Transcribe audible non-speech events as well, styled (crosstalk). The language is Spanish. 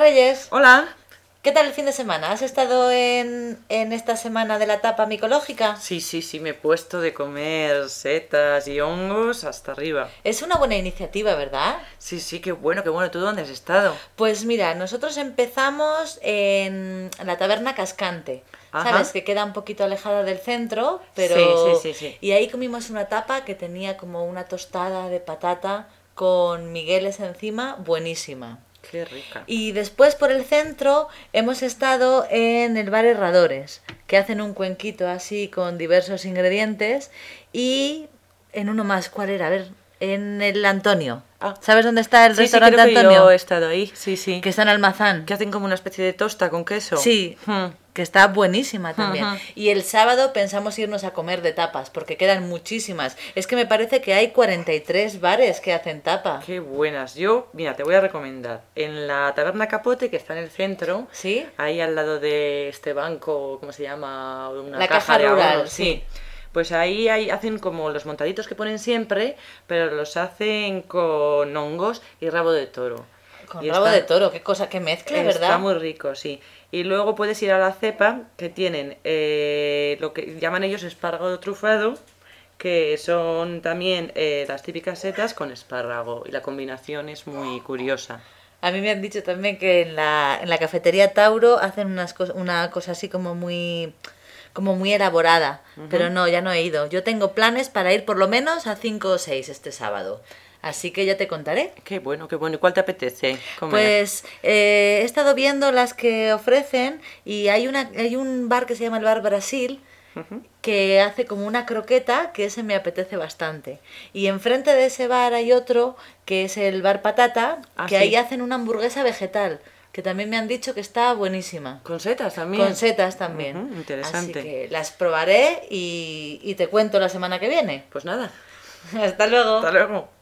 Reyes. Hola. ¿Qué tal el fin de semana? ¿Has estado en, en esta semana de la etapa micológica? Sí, sí, sí, me he puesto de comer setas y hongos hasta arriba. Es una buena iniciativa, ¿verdad? Sí, sí, qué bueno, qué bueno. ¿Tú dónde has estado? Pues mira, nosotros empezamos en la taberna Cascante. Ajá. ¿Sabes? Que queda un poquito alejada del centro, pero... Sí, sí, sí, sí. Y ahí comimos una tapa que tenía como una tostada de patata con migueles encima, buenísima. Qué rica. Y después por el centro hemos estado en el bar Herradores, que hacen un cuenquito así con diversos ingredientes y en uno más, ¿cuál era? A ver, en el Antonio. Ah. ¿Sabes dónde está el Sí, sí, restaurante creo que Antonio? yo he estado ahí. Sí, sí. Que está en Almazán. Que hacen como una especie de tosta con queso. Sí. Hmm. Que está buenísima también. Ajá. Y el sábado pensamos irnos a comer de tapas, porque quedan muchísimas. Es que me parece que hay 43 bares que hacen tapa. Qué buenas. Yo, mira, te voy a recomendar. En la taberna Capote, que está en el centro, ¿Sí? ahí al lado de este banco, ¿cómo se llama? Una La caja de rural, ahorros, sí. Pues ahí hay- hacen como los montaditos que ponen siempre, pero los hacen con hongos y rabo de toro. Con Y rabo está- de toro, qué cosa, qué mezcla, Está ¿verdad? muy rico, sí. Y luego puedes ir a la cepa, que tienen eh, lo que llaman ellos espárrago trufado, que son también eh, las típicas setas con espárrago. Y la combinación es muy curiosa. A mí me han dicho también que en la, en la cafetería Tauro hacen unas cos- una cosa así como muy como muy elaborada, pero no, ya no he ido. Yo tengo planes para ir por lo menos a 5 o 6 este sábado, así que ya te contaré. Qué bueno, qué bueno. ¿Y cuál te apetece comer? Pues eh, he estado viendo las que ofrecen y hay, una, hay un bar que se llama el Bar Brasil que hace como una croqueta que ese me apetece bastante. Y enfrente de ese bar hay otro que es el Bar Patata, Ah, que sí. ahí hacen una hamburguesa vegetal, que también me han dicho que está buenísima. Con setas también. Con setas también. Ujú, interesante. Así que las probaré y, y te cuento la semana que viene. (laughs) Pues nada, Hasta luego. hasta luego.